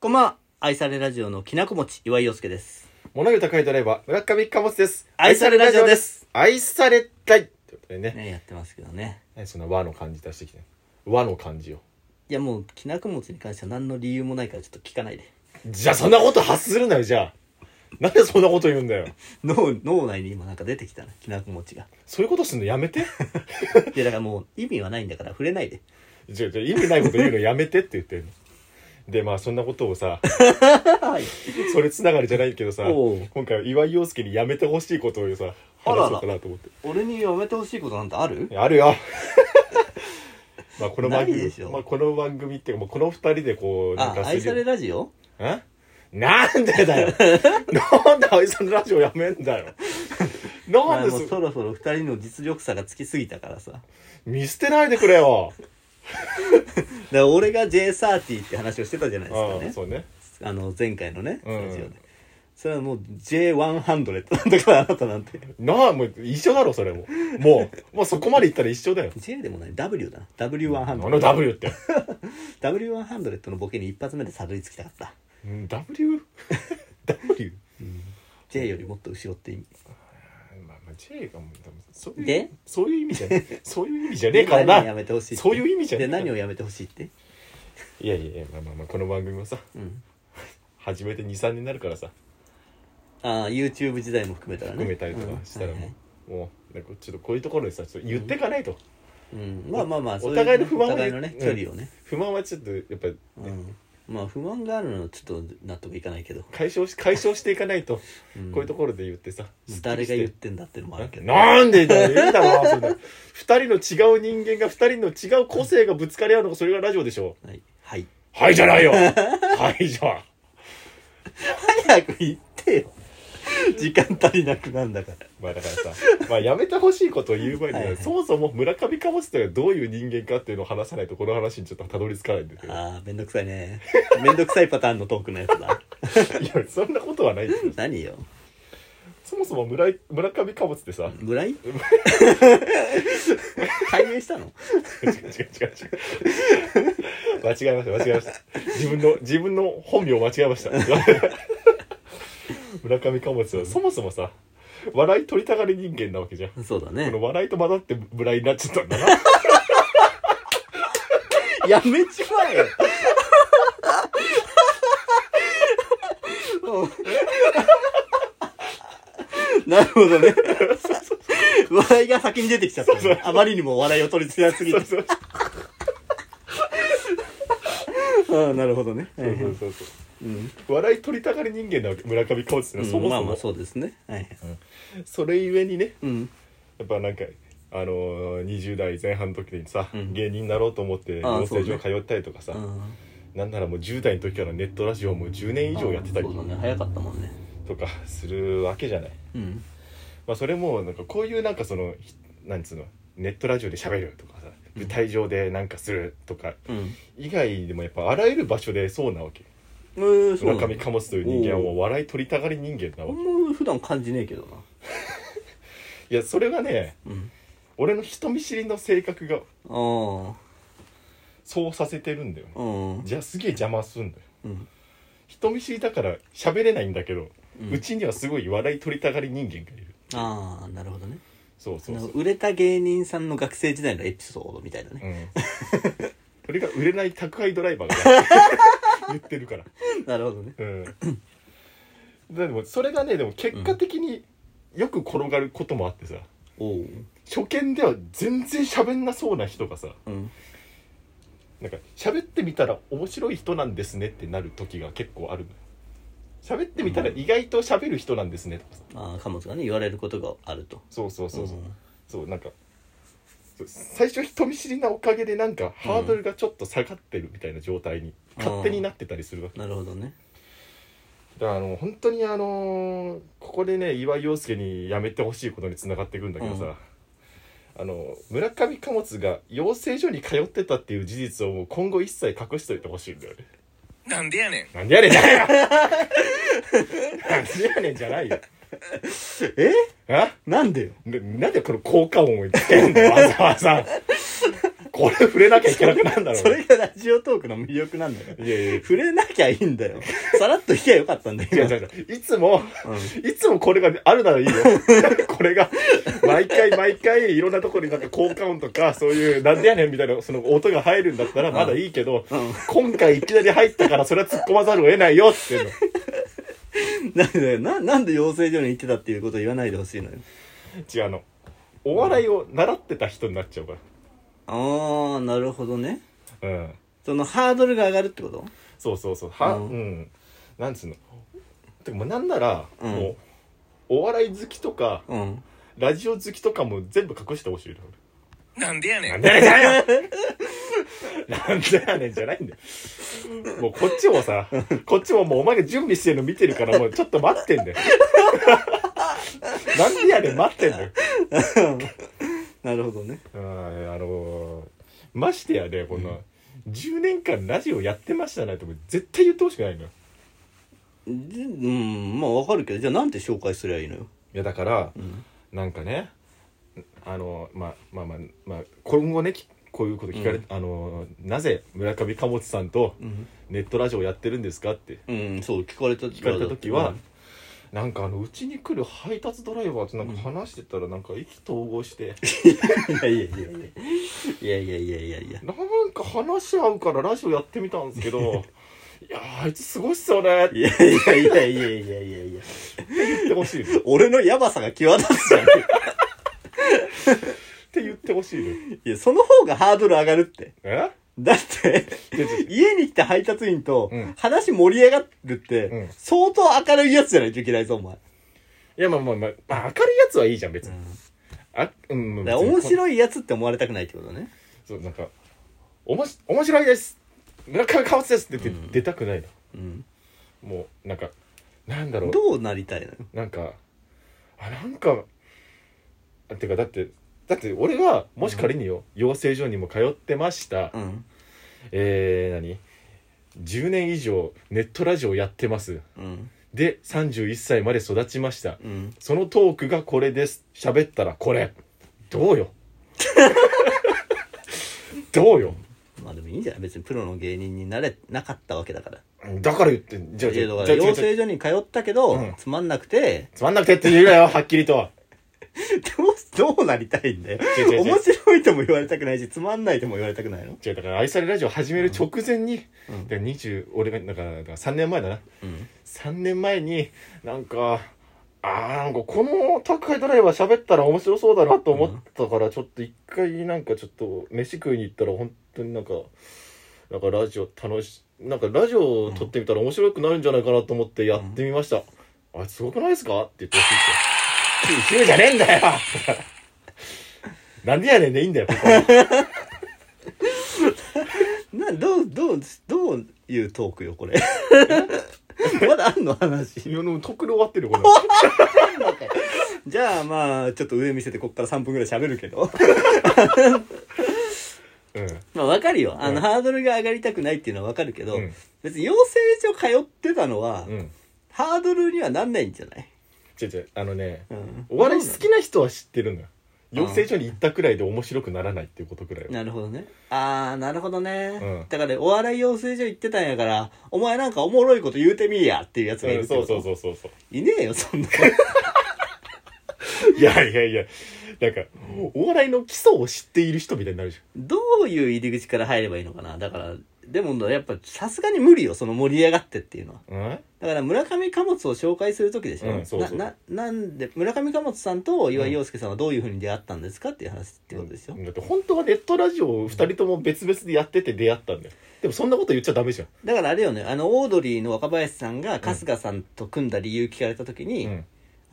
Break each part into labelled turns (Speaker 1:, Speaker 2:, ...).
Speaker 1: こんばんは。愛されラジオのきなこもち、岩井陽介です。
Speaker 2: 物言う高いドライバー、村上貨物です。
Speaker 1: 愛されラジオです。
Speaker 2: 愛されたいということでね。
Speaker 1: ね、やってますけどね。
Speaker 2: 何その和の感じ出してきて。和の感じを。
Speaker 1: いや、もう、きなこもちに関しては何の理由もないからちょっと聞かないで。
Speaker 2: じゃあそんなこと発するなよ、じゃあ。なんでそんなこと言うんだよ。
Speaker 1: 脳、脳内に今なんか出てきたな、きなこもちが。
Speaker 2: そういうことすんのやめて。
Speaker 1: いや、だからもう、意味はないんだから触れないで。
Speaker 2: じゃあじゃあ意味ないこと言うのやめてって言ってるの。で、まあそんなことをさ、
Speaker 1: はい。
Speaker 2: それつながりじゃないけどさ、
Speaker 1: おう
Speaker 2: 今回は岩井陽介にやめてほしいことをさ、
Speaker 1: あらら
Speaker 2: 話そうかなと思って。
Speaker 1: 俺にやめてほしいことなんてある
Speaker 2: あ るよ。まあこの番
Speaker 1: ないで
Speaker 2: 組
Speaker 1: しょ、
Speaker 2: まあこの番組っていうか、まあこの二人でこう、
Speaker 1: あ、
Speaker 2: す
Speaker 1: 愛されラジオ
Speaker 2: えなんで だよなんで愛さんのラジオやめんだよな
Speaker 1: ま
Speaker 2: ん
Speaker 1: あ
Speaker 2: で
Speaker 1: もう
Speaker 2: す
Speaker 1: そろそろ二人の実力差がつきすぎたからさ。だか
Speaker 2: 見捨てないでくれ よ、
Speaker 1: ら俺が J30 って話をしてたじゃないですか
Speaker 2: う
Speaker 1: ね
Speaker 2: ん、。そうね
Speaker 1: あの前回のねスタ
Speaker 2: うん
Speaker 1: ジオで、それはもう J100 だからあなたなんて
Speaker 2: なあもう一緒だろそれももうもうそこまでいったら一緒だよ
Speaker 1: J でもない W だな W100
Speaker 2: あの W って
Speaker 1: W100 のボケに一発目でたどり着きたかった
Speaker 2: うん W? W?
Speaker 1: J よりもっと後ろって意味
Speaker 2: まあまあ J がもうでもそういう
Speaker 1: で
Speaker 2: そういう意味じゃねえそういう意味じゃねえからな
Speaker 1: 何をやめてほしいって
Speaker 2: そういう意味じゃね
Speaker 1: で
Speaker 2: えから
Speaker 1: 何をやめてほしいって
Speaker 2: いやいやいやまあまあまあこの番組もさ
Speaker 1: うん
Speaker 2: 始めて23年になるからさ
Speaker 1: ああ YouTube 時代も含めたらね
Speaker 2: 含めたりとかしたらも
Speaker 1: うんはい
Speaker 2: う,、
Speaker 1: はい
Speaker 2: もうなんかちょっとこういうところでさちょっと言ってかないと、
Speaker 1: うんまあまあまあ
Speaker 2: お
Speaker 1: そうう
Speaker 2: 互いの不満
Speaker 1: お
Speaker 2: を
Speaker 1: 互いのね
Speaker 2: うん
Speaker 1: 距離をね、
Speaker 2: 不満はちょっとやっぱ
Speaker 1: うんまあ不満があるのはちょっと納得いかないけど、
Speaker 2: 解消し解消していかないと、
Speaker 1: ん
Speaker 2: こういうところで言ってさ
Speaker 1: 誰が言ってんだってのもあるけど
Speaker 2: なんでだよいいだろそんな2人の違う人間が2人の違う個性がぶつかり合うのがそれがラジオでしょ
Speaker 1: はい、はい、
Speaker 2: はいじゃないよはいじゃ
Speaker 1: 早く言ってよ時間足りなくなんだから
Speaker 2: まあだからさ、まあ、やめてほしいことを言う前に、
Speaker 1: はいはい
Speaker 2: そもそも村上貨物というのはどういう人間かっていうのを話さないとこの話にちょっとたどり着かないんですよ
Speaker 1: ああめんどくさいねめんどくさいパターンのトークのやつだ
Speaker 2: いやそんなことはないけど
Speaker 1: 何よ
Speaker 2: そもそも村井村上貨物ってさ、
Speaker 1: 村 井解明したの
Speaker 2: 違う違う違う違う。間違えました、間違えました。自分の、自分の本名を間違えました。 村上貨物は、そもそもさ、笑い取りたがり人間なわけじゃん。こ
Speaker 1: そうだね
Speaker 2: の笑いと混ざって村井になっちゃったんだな。
Speaker 1: やめちま えよなるほどね笑いが先に出てきちゃったね、
Speaker 2: そうそう
Speaker 1: あまりにも笑いを取り強す ぎて
Speaker 2: そうそう
Speaker 1: ああなるほどね、はいはい
Speaker 2: そうそうそう
Speaker 1: うん
Speaker 2: 笑い取りたがり人間なわけ、村上貨物ってのは、そも
Speaker 1: まあ
Speaker 2: そ
Speaker 1: まあ
Speaker 2: も。
Speaker 1: そうですねはいはい
Speaker 2: それゆえにね、
Speaker 1: うん
Speaker 2: やっぱなんか、あのー、20代前半の時にさ、
Speaker 1: うん
Speaker 2: 芸人になろうと思って
Speaker 1: ああ
Speaker 2: 養成所通ったりとかさ、
Speaker 1: うん
Speaker 2: なんならもう10代の時からネットラジオもう10年以上やってたり
Speaker 1: そうだね早かったもんね
Speaker 2: とかするわけじゃない、
Speaker 1: うん
Speaker 2: まあ、それもなんかこういうなんかそのひなんつうのネットラジオで喋るとかさ舞台上でなんかするとか
Speaker 1: うん
Speaker 2: 以外でもやっぱあらゆる場所でそうなわけ
Speaker 1: えー、そう
Speaker 2: 村
Speaker 1: なの
Speaker 2: 上貨物という人間はもう笑い取りたがり人間な
Speaker 1: あ
Speaker 2: わけ
Speaker 1: んま普段感じねえけどない
Speaker 2: やそれがね
Speaker 1: うん
Speaker 2: 俺の人見知りの性格が
Speaker 1: あ
Speaker 2: そうさせてるんだよね
Speaker 1: あうん
Speaker 2: じゃあすげえ邪魔すんだよ
Speaker 1: うん
Speaker 2: 人見知りだから喋れないんだけど
Speaker 1: うん
Speaker 2: うち、にはすごい笑い取りたがり人間がいる
Speaker 1: ああなるほどね
Speaker 2: そうそうそう、
Speaker 1: 売れた芸人さんの学生時代のエピソードみたいな
Speaker 2: う
Speaker 1: ね、
Speaker 2: ん、それが売れない宅配ドライバーが言ってるから
Speaker 1: なるほどね
Speaker 2: うん、でもそれがねでも結果的によく転がることもあってさ、
Speaker 1: おお
Speaker 2: 初見では全然喋んなそうな人がさ
Speaker 1: うん
Speaker 2: なんか喋ってみたら面白い人なんですねってなる時が結構あるのよ喋ってみたら意外と喋る人なんですねとかさ、
Speaker 1: ああ貨物がね言われることがあると
Speaker 2: そうそうそうそう、
Speaker 1: うん
Speaker 2: そうなんかそう最初人見知りなおかげでなんかハードルがちょっと下がってるみたいな状態に
Speaker 1: うん
Speaker 2: 勝手になってたりするわけ、
Speaker 1: なるほどね
Speaker 2: だからあの本当にあのーここでね岩井陽介にやめてほしいことにつながっていくんだけどさ、
Speaker 1: うん
Speaker 2: あの村上貨物が養成所に通ってたっていう事実をもう今後一切隠しといてほしいんだよね
Speaker 3: なんでやねん。
Speaker 2: なんでやねんじゃないよなんでやねんじゃないよ
Speaker 1: え
Speaker 2: あ
Speaker 1: なんでよ
Speaker 2: ななんでこの効果音を言ってんのわざわざこれ触れなきゃいけなくなるんだろう
Speaker 1: それがラジオトークの魅力なんだよ
Speaker 2: いやいやいや
Speaker 1: 触れなきゃいいんだよさらっといけばよかったんだ
Speaker 2: 違う
Speaker 1: よ
Speaker 2: 違う違ういつも、いつもこれがあるならいいよ。これが、毎回毎回いろんなところになんか効果音とか、そういう、なんでやねんみたいな、その音が入るんだったらまだいいけど、
Speaker 1: うん
Speaker 2: 今回いきなり入ったからそれは突っ込まざるを得ないよっていうの。
Speaker 1: なんでななんで養成所に行ってたっていうことを言わないでほしいのよ
Speaker 2: 違うあの、お笑いを習ってた人になっちゃうか
Speaker 1: ああなるほどね
Speaker 2: ら。うん。
Speaker 1: そのハードルが上がるってこと
Speaker 2: そうそうそう。は、
Speaker 1: う
Speaker 2: うんん。なんつうの。てかもうなんなら、
Speaker 1: うん
Speaker 2: もう、お笑い好きとか、
Speaker 1: うん
Speaker 2: ラジオ好きとかも全部隠してほしいな。
Speaker 3: なんでやねん
Speaker 2: なんでやねんじゃないよなんでやねんじゃないんだよ。もうこっちもさ、こっちももうお前が準備してるの見てるからもうちょっと待ってんだよ。なんでやねん待ってんだよ。
Speaker 1: なるほどね
Speaker 2: うんあのーましてやね、この、10年間ラジオやってましたなんてもう絶対言ってほしくないのよ。
Speaker 1: でうんまあわかるけどじゃあなんて紹介すりゃいいのよ
Speaker 2: いやだから、
Speaker 1: ん
Speaker 2: なんかねあのまあまあまあ、まあ、今後ねきこういうこと聞かれ、
Speaker 1: うん
Speaker 2: あのなぜ村上貨物さんと
Speaker 1: うん、
Speaker 2: ネットラジオやってるんですかって
Speaker 1: うん、そう聞かれた
Speaker 2: 聞かれた時は、なんかあのうちに来る配達ドライバーとなんか話してたらなんか意気投合して、
Speaker 1: いやいやいやいやいやいやいやいやいや
Speaker 2: なんか話し合うからラジオやってみたんですけどいやーあいつすごいっすよねって
Speaker 1: いやいやいやいやいやいやいや
Speaker 2: 言ってほしいのっ
Speaker 1: 俺のヤバさが際立つじゃん
Speaker 2: て言ってほしいの
Speaker 1: いやその方がハードル上がるって
Speaker 2: え
Speaker 1: だって
Speaker 2: ちょちょ
Speaker 1: 家に来た配達員と
Speaker 2: うん
Speaker 1: 話盛り上がるって、
Speaker 2: うん
Speaker 1: 相当明るいやつじゃないといけないぞお前
Speaker 2: いやまあまあまあ、まあ、明るいやつはいいじゃん別に、あうん
Speaker 1: だから面白いやつって思われたくないってことね
Speaker 2: そうなんか「おもし面白いです村上かおつです」って言って出たくないの、
Speaker 1: うん
Speaker 2: もうなんかなんだろう
Speaker 1: どうなりたいのよ
Speaker 2: なんかあなんかあてかだってだって俺はもし仮によ、養成所にも通ってました、
Speaker 1: うん
Speaker 2: えー、何10年以上ネットラジオやってます
Speaker 1: うん
Speaker 2: で31歳まで育ちました
Speaker 1: うん
Speaker 2: そのトークがこれです喋ったらこれどうよ どうよ
Speaker 1: まあでもいいんじゃない別にプロの芸人になれなかったわけだから
Speaker 2: だから言ってんじゃあ
Speaker 1: い
Speaker 2: じ
Speaker 1: や
Speaker 2: ゃ
Speaker 1: だ
Speaker 2: あ
Speaker 1: か
Speaker 2: じ
Speaker 1: ら
Speaker 2: ゃあじゃあ
Speaker 1: 養
Speaker 2: じゃあ
Speaker 1: 成所に通ったけど、
Speaker 2: うん
Speaker 1: つまんなく て
Speaker 2: つまんなくてって言うなよはっきりと
Speaker 1: どうどうなりたいんだよ
Speaker 2: 違う違う違う
Speaker 1: 面白いとも言われたくないしつまんないとも言われたくないの
Speaker 2: 違うだから愛されラジオ始める直前に、
Speaker 1: うん
Speaker 2: で20俺がだからだから3年前だな
Speaker 1: うん
Speaker 2: 3年前になんかあーなんかこの宅配ドライバー喋ったら面白そうだなと思ったから、ちょっと一回なんかちょっと飯食いに行ったら本当になんかなんかラジオ楽しなんかラジオを撮ってみたら面白くなるんじゃないかなと思ってやってみました、あれすごくないですかって言ってほしいって言うじゃねえんだよ なんでやねん でいいんだよここは
Speaker 1: などうどうどういうトークよこ れまだあんの話
Speaker 2: いやでも特に終わってるよこれ
Speaker 1: じゃあまあちょっと上見せてこっから3分ぐらい喋るけど
Speaker 2: うん
Speaker 1: まあわかるよあの、
Speaker 2: うん
Speaker 1: ハードルが上がりたくないっていうのはわかるけど、
Speaker 2: うん
Speaker 1: 別に養成所通ってたのは、
Speaker 2: うん
Speaker 1: ハードルにはなんないんじゃない、
Speaker 2: 違う違うあのね
Speaker 1: うん、
Speaker 2: お笑い好きな人は知ってるのよ
Speaker 1: うん
Speaker 2: 養成所に行ったくらいで面白くならないっていうことくらいは
Speaker 1: なるほどねああなるほどね、
Speaker 2: うん
Speaker 1: だからお笑い養成所行ってたんやからお前なんかおもろいこと言うてみいやっていうやつがいうる
Speaker 2: ん
Speaker 1: って
Speaker 2: そ
Speaker 1: こと
Speaker 2: うそうそうそうそ
Speaker 1: いねえよそんな
Speaker 2: ういやいやいやなんかお笑いの基礎を知っている人みたいになるじ
Speaker 1: どういう入り口から入ればいいのかなだからでもやっぱさすがに無理よその盛り上がってっていうのは
Speaker 2: ゃんうん
Speaker 1: だから村上貨物を紹介する時でしょ、
Speaker 2: うんそうそう
Speaker 1: なななんで村上貨物さんと岩井陽介さんはどういうふうに出会ったんですかっていう話ってことですよ、
Speaker 2: だって本当はネットラジオを2人とも別々でやってて出会ったんだよでもそんなこと言っちゃダメじゃん
Speaker 1: だからあれよねあのオードリーの若林さんが春日さんと組んだ理由聞かれた時に、
Speaker 2: うん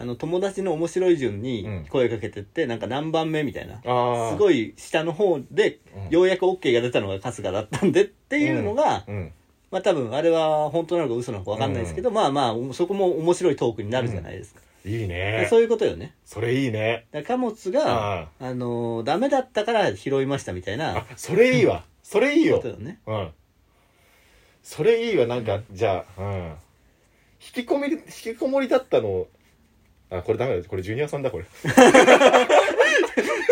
Speaker 1: あの友達の面白い順
Speaker 2: う
Speaker 1: に
Speaker 2: ん
Speaker 1: 声かけてって、なんか何番目みたいな
Speaker 2: あー
Speaker 1: すごい下の方で
Speaker 2: うん
Speaker 1: ようやく OK が出たのが春日だったんでっていうのが、
Speaker 2: うん
Speaker 1: まあ多分あれは本当なのか嘘なのか分かんないですけど、まあまあそこも面白いトークになるじゃないですか、
Speaker 2: いいね
Speaker 1: そういうことよね
Speaker 2: それいいね
Speaker 1: だから貨物が
Speaker 2: あ
Speaker 1: あのーダメだったから拾いましたみたい
Speaker 2: ー
Speaker 1: な
Speaker 2: あそれいいわそれいい
Speaker 1: こ
Speaker 2: よ
Speaker 1: とよね
Speaker 2: うん。それいいわ、なんか、じゃあ、うん。引きこもり、引きこもりだったの、あ、これダメだ、これ ジュニアさんだ、これ。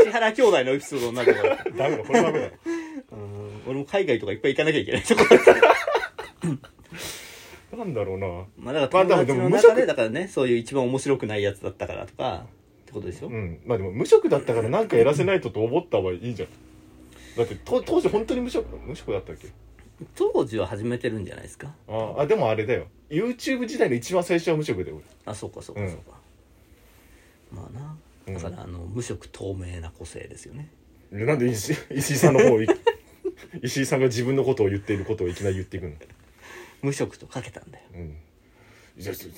Speaker 1: 千原兄弟のエピソードの中で
Speaker 2: ダメだ、これダメ
Speaker 1: う
Speaker 2: だ。
Speaker 1: ん俺も海外とかいっぱい行かなきゃいけないとこ
Speaker 2: なんだろうな
Speaker 1: まあだから友達の中でだからねそういう一番面白くないやつだったからとかってことでしょ、
Speaker 2: うんまあでも無職だったからなんかやらせないとと思った方がいいじゃんだってと当時本当に無職無職だったっけ
Speaker 1: 当時は始めてるんじゃないですか
Speaker 2: ああでもあれだよ YouTube 時代の一番最初は無職で俺
Speaker 1: あそうかそうかそうか、まあな
Speaker 2: うん
Speaker 1: だからあの無色透明な個性ですよね
Speaker 2: いやなんで石石井さんの方をい 石井さんが自分のことを言っていることをいきなり言っていくの
Speaker 1: 無色とかけたんだよ
Speaker 2: うんじゃじゃじゃ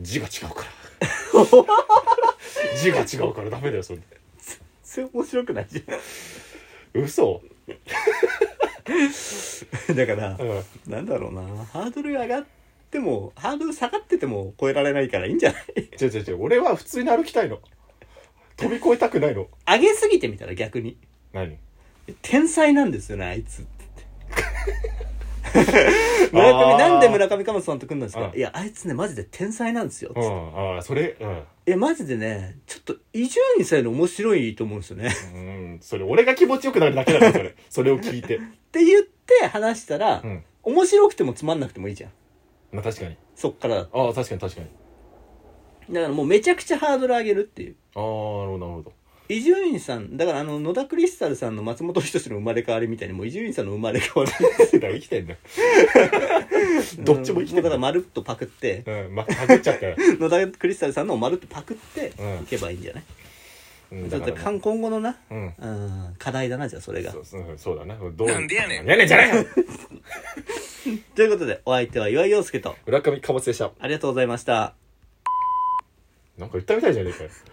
Speaker 2: 字が違うから字が違うからダメだよそれ
Speaker 1: それ面白くないじ
Speaker 2: 嘘
Speaker 1: ゃん だから
Speaker 2: うんあ
Speaker 1: なんだろうなハードル上がってもハードル下がってても超えられないからいいんじゃない
Speaker 2: 違う違う違う俺は普通に歩きたいの飛び越えたくないの
Speaker 1: 上げすぎてみたら逆に
Speaker 2: 何
Speaker 1: 天才なんですよねあいつって村上
Speaker 2: あー
Speaker 1: なんで村上か松さんと組んだんですか
Speaker 2: うん
Speaker 1: いやあいつねマジで天才なんですよ、
Speaker 2: うんああそれうん
Speaker 1: いやマジでねちょっと伊集院さんより面白いと思うんですよねっ
Speaker 2: うんそれ俺が気持ちよくなるだけだから それそれを聞いて
Speaker 1: て言って話したら、
Speaker 2: うん
Speaker 1: 面白くてもつまんなくてもいいじゃん
Speaker 2: まあ確かに
Speaker 1: そっからだと
Speaker 2: ああ確かに確かに
Speaker 1: だからもうめちゃくちゃハードル上げるっていう
Speaker 2: ああなるほどなるほど
Speaker 1: 伊集院さんだからあの野田クリスタルさんの松本人志の生まれ変わりみたいにもう伊集院さんの生まれ変わり
Speaker 2: だから生きてんだよ どっちも生き
Speaker 1: る
Speaker 2: てる
Speaker 1: だからまるっとパクって
Speaker 2: うんまあかぶっちゃったよ、
Speaker 1: 野田クリスタルさんのをまるっとパクって
Speaker 2: うん
Speaker 1: いけばいいんじゃない、
Speaker 2: うん、
Speaker 1: ちょっと
Speaker 2: だからね
Speaker 1: 今今後のな、
Speaker 2: うん
Speaker 1: うん、課題だなじゃあそれが
Speaker 2: そうそうそうだなどう
Speaker 3: なんでやねん
Speaker 2: やねんじゃないよ
Speaker 1: ということでお相手は岩井陽介と
Speaker 2: 村上貨物でした
Speaker 1: ありがとうございました
Speaker 2: なんか言ったみたいじゃねえかよ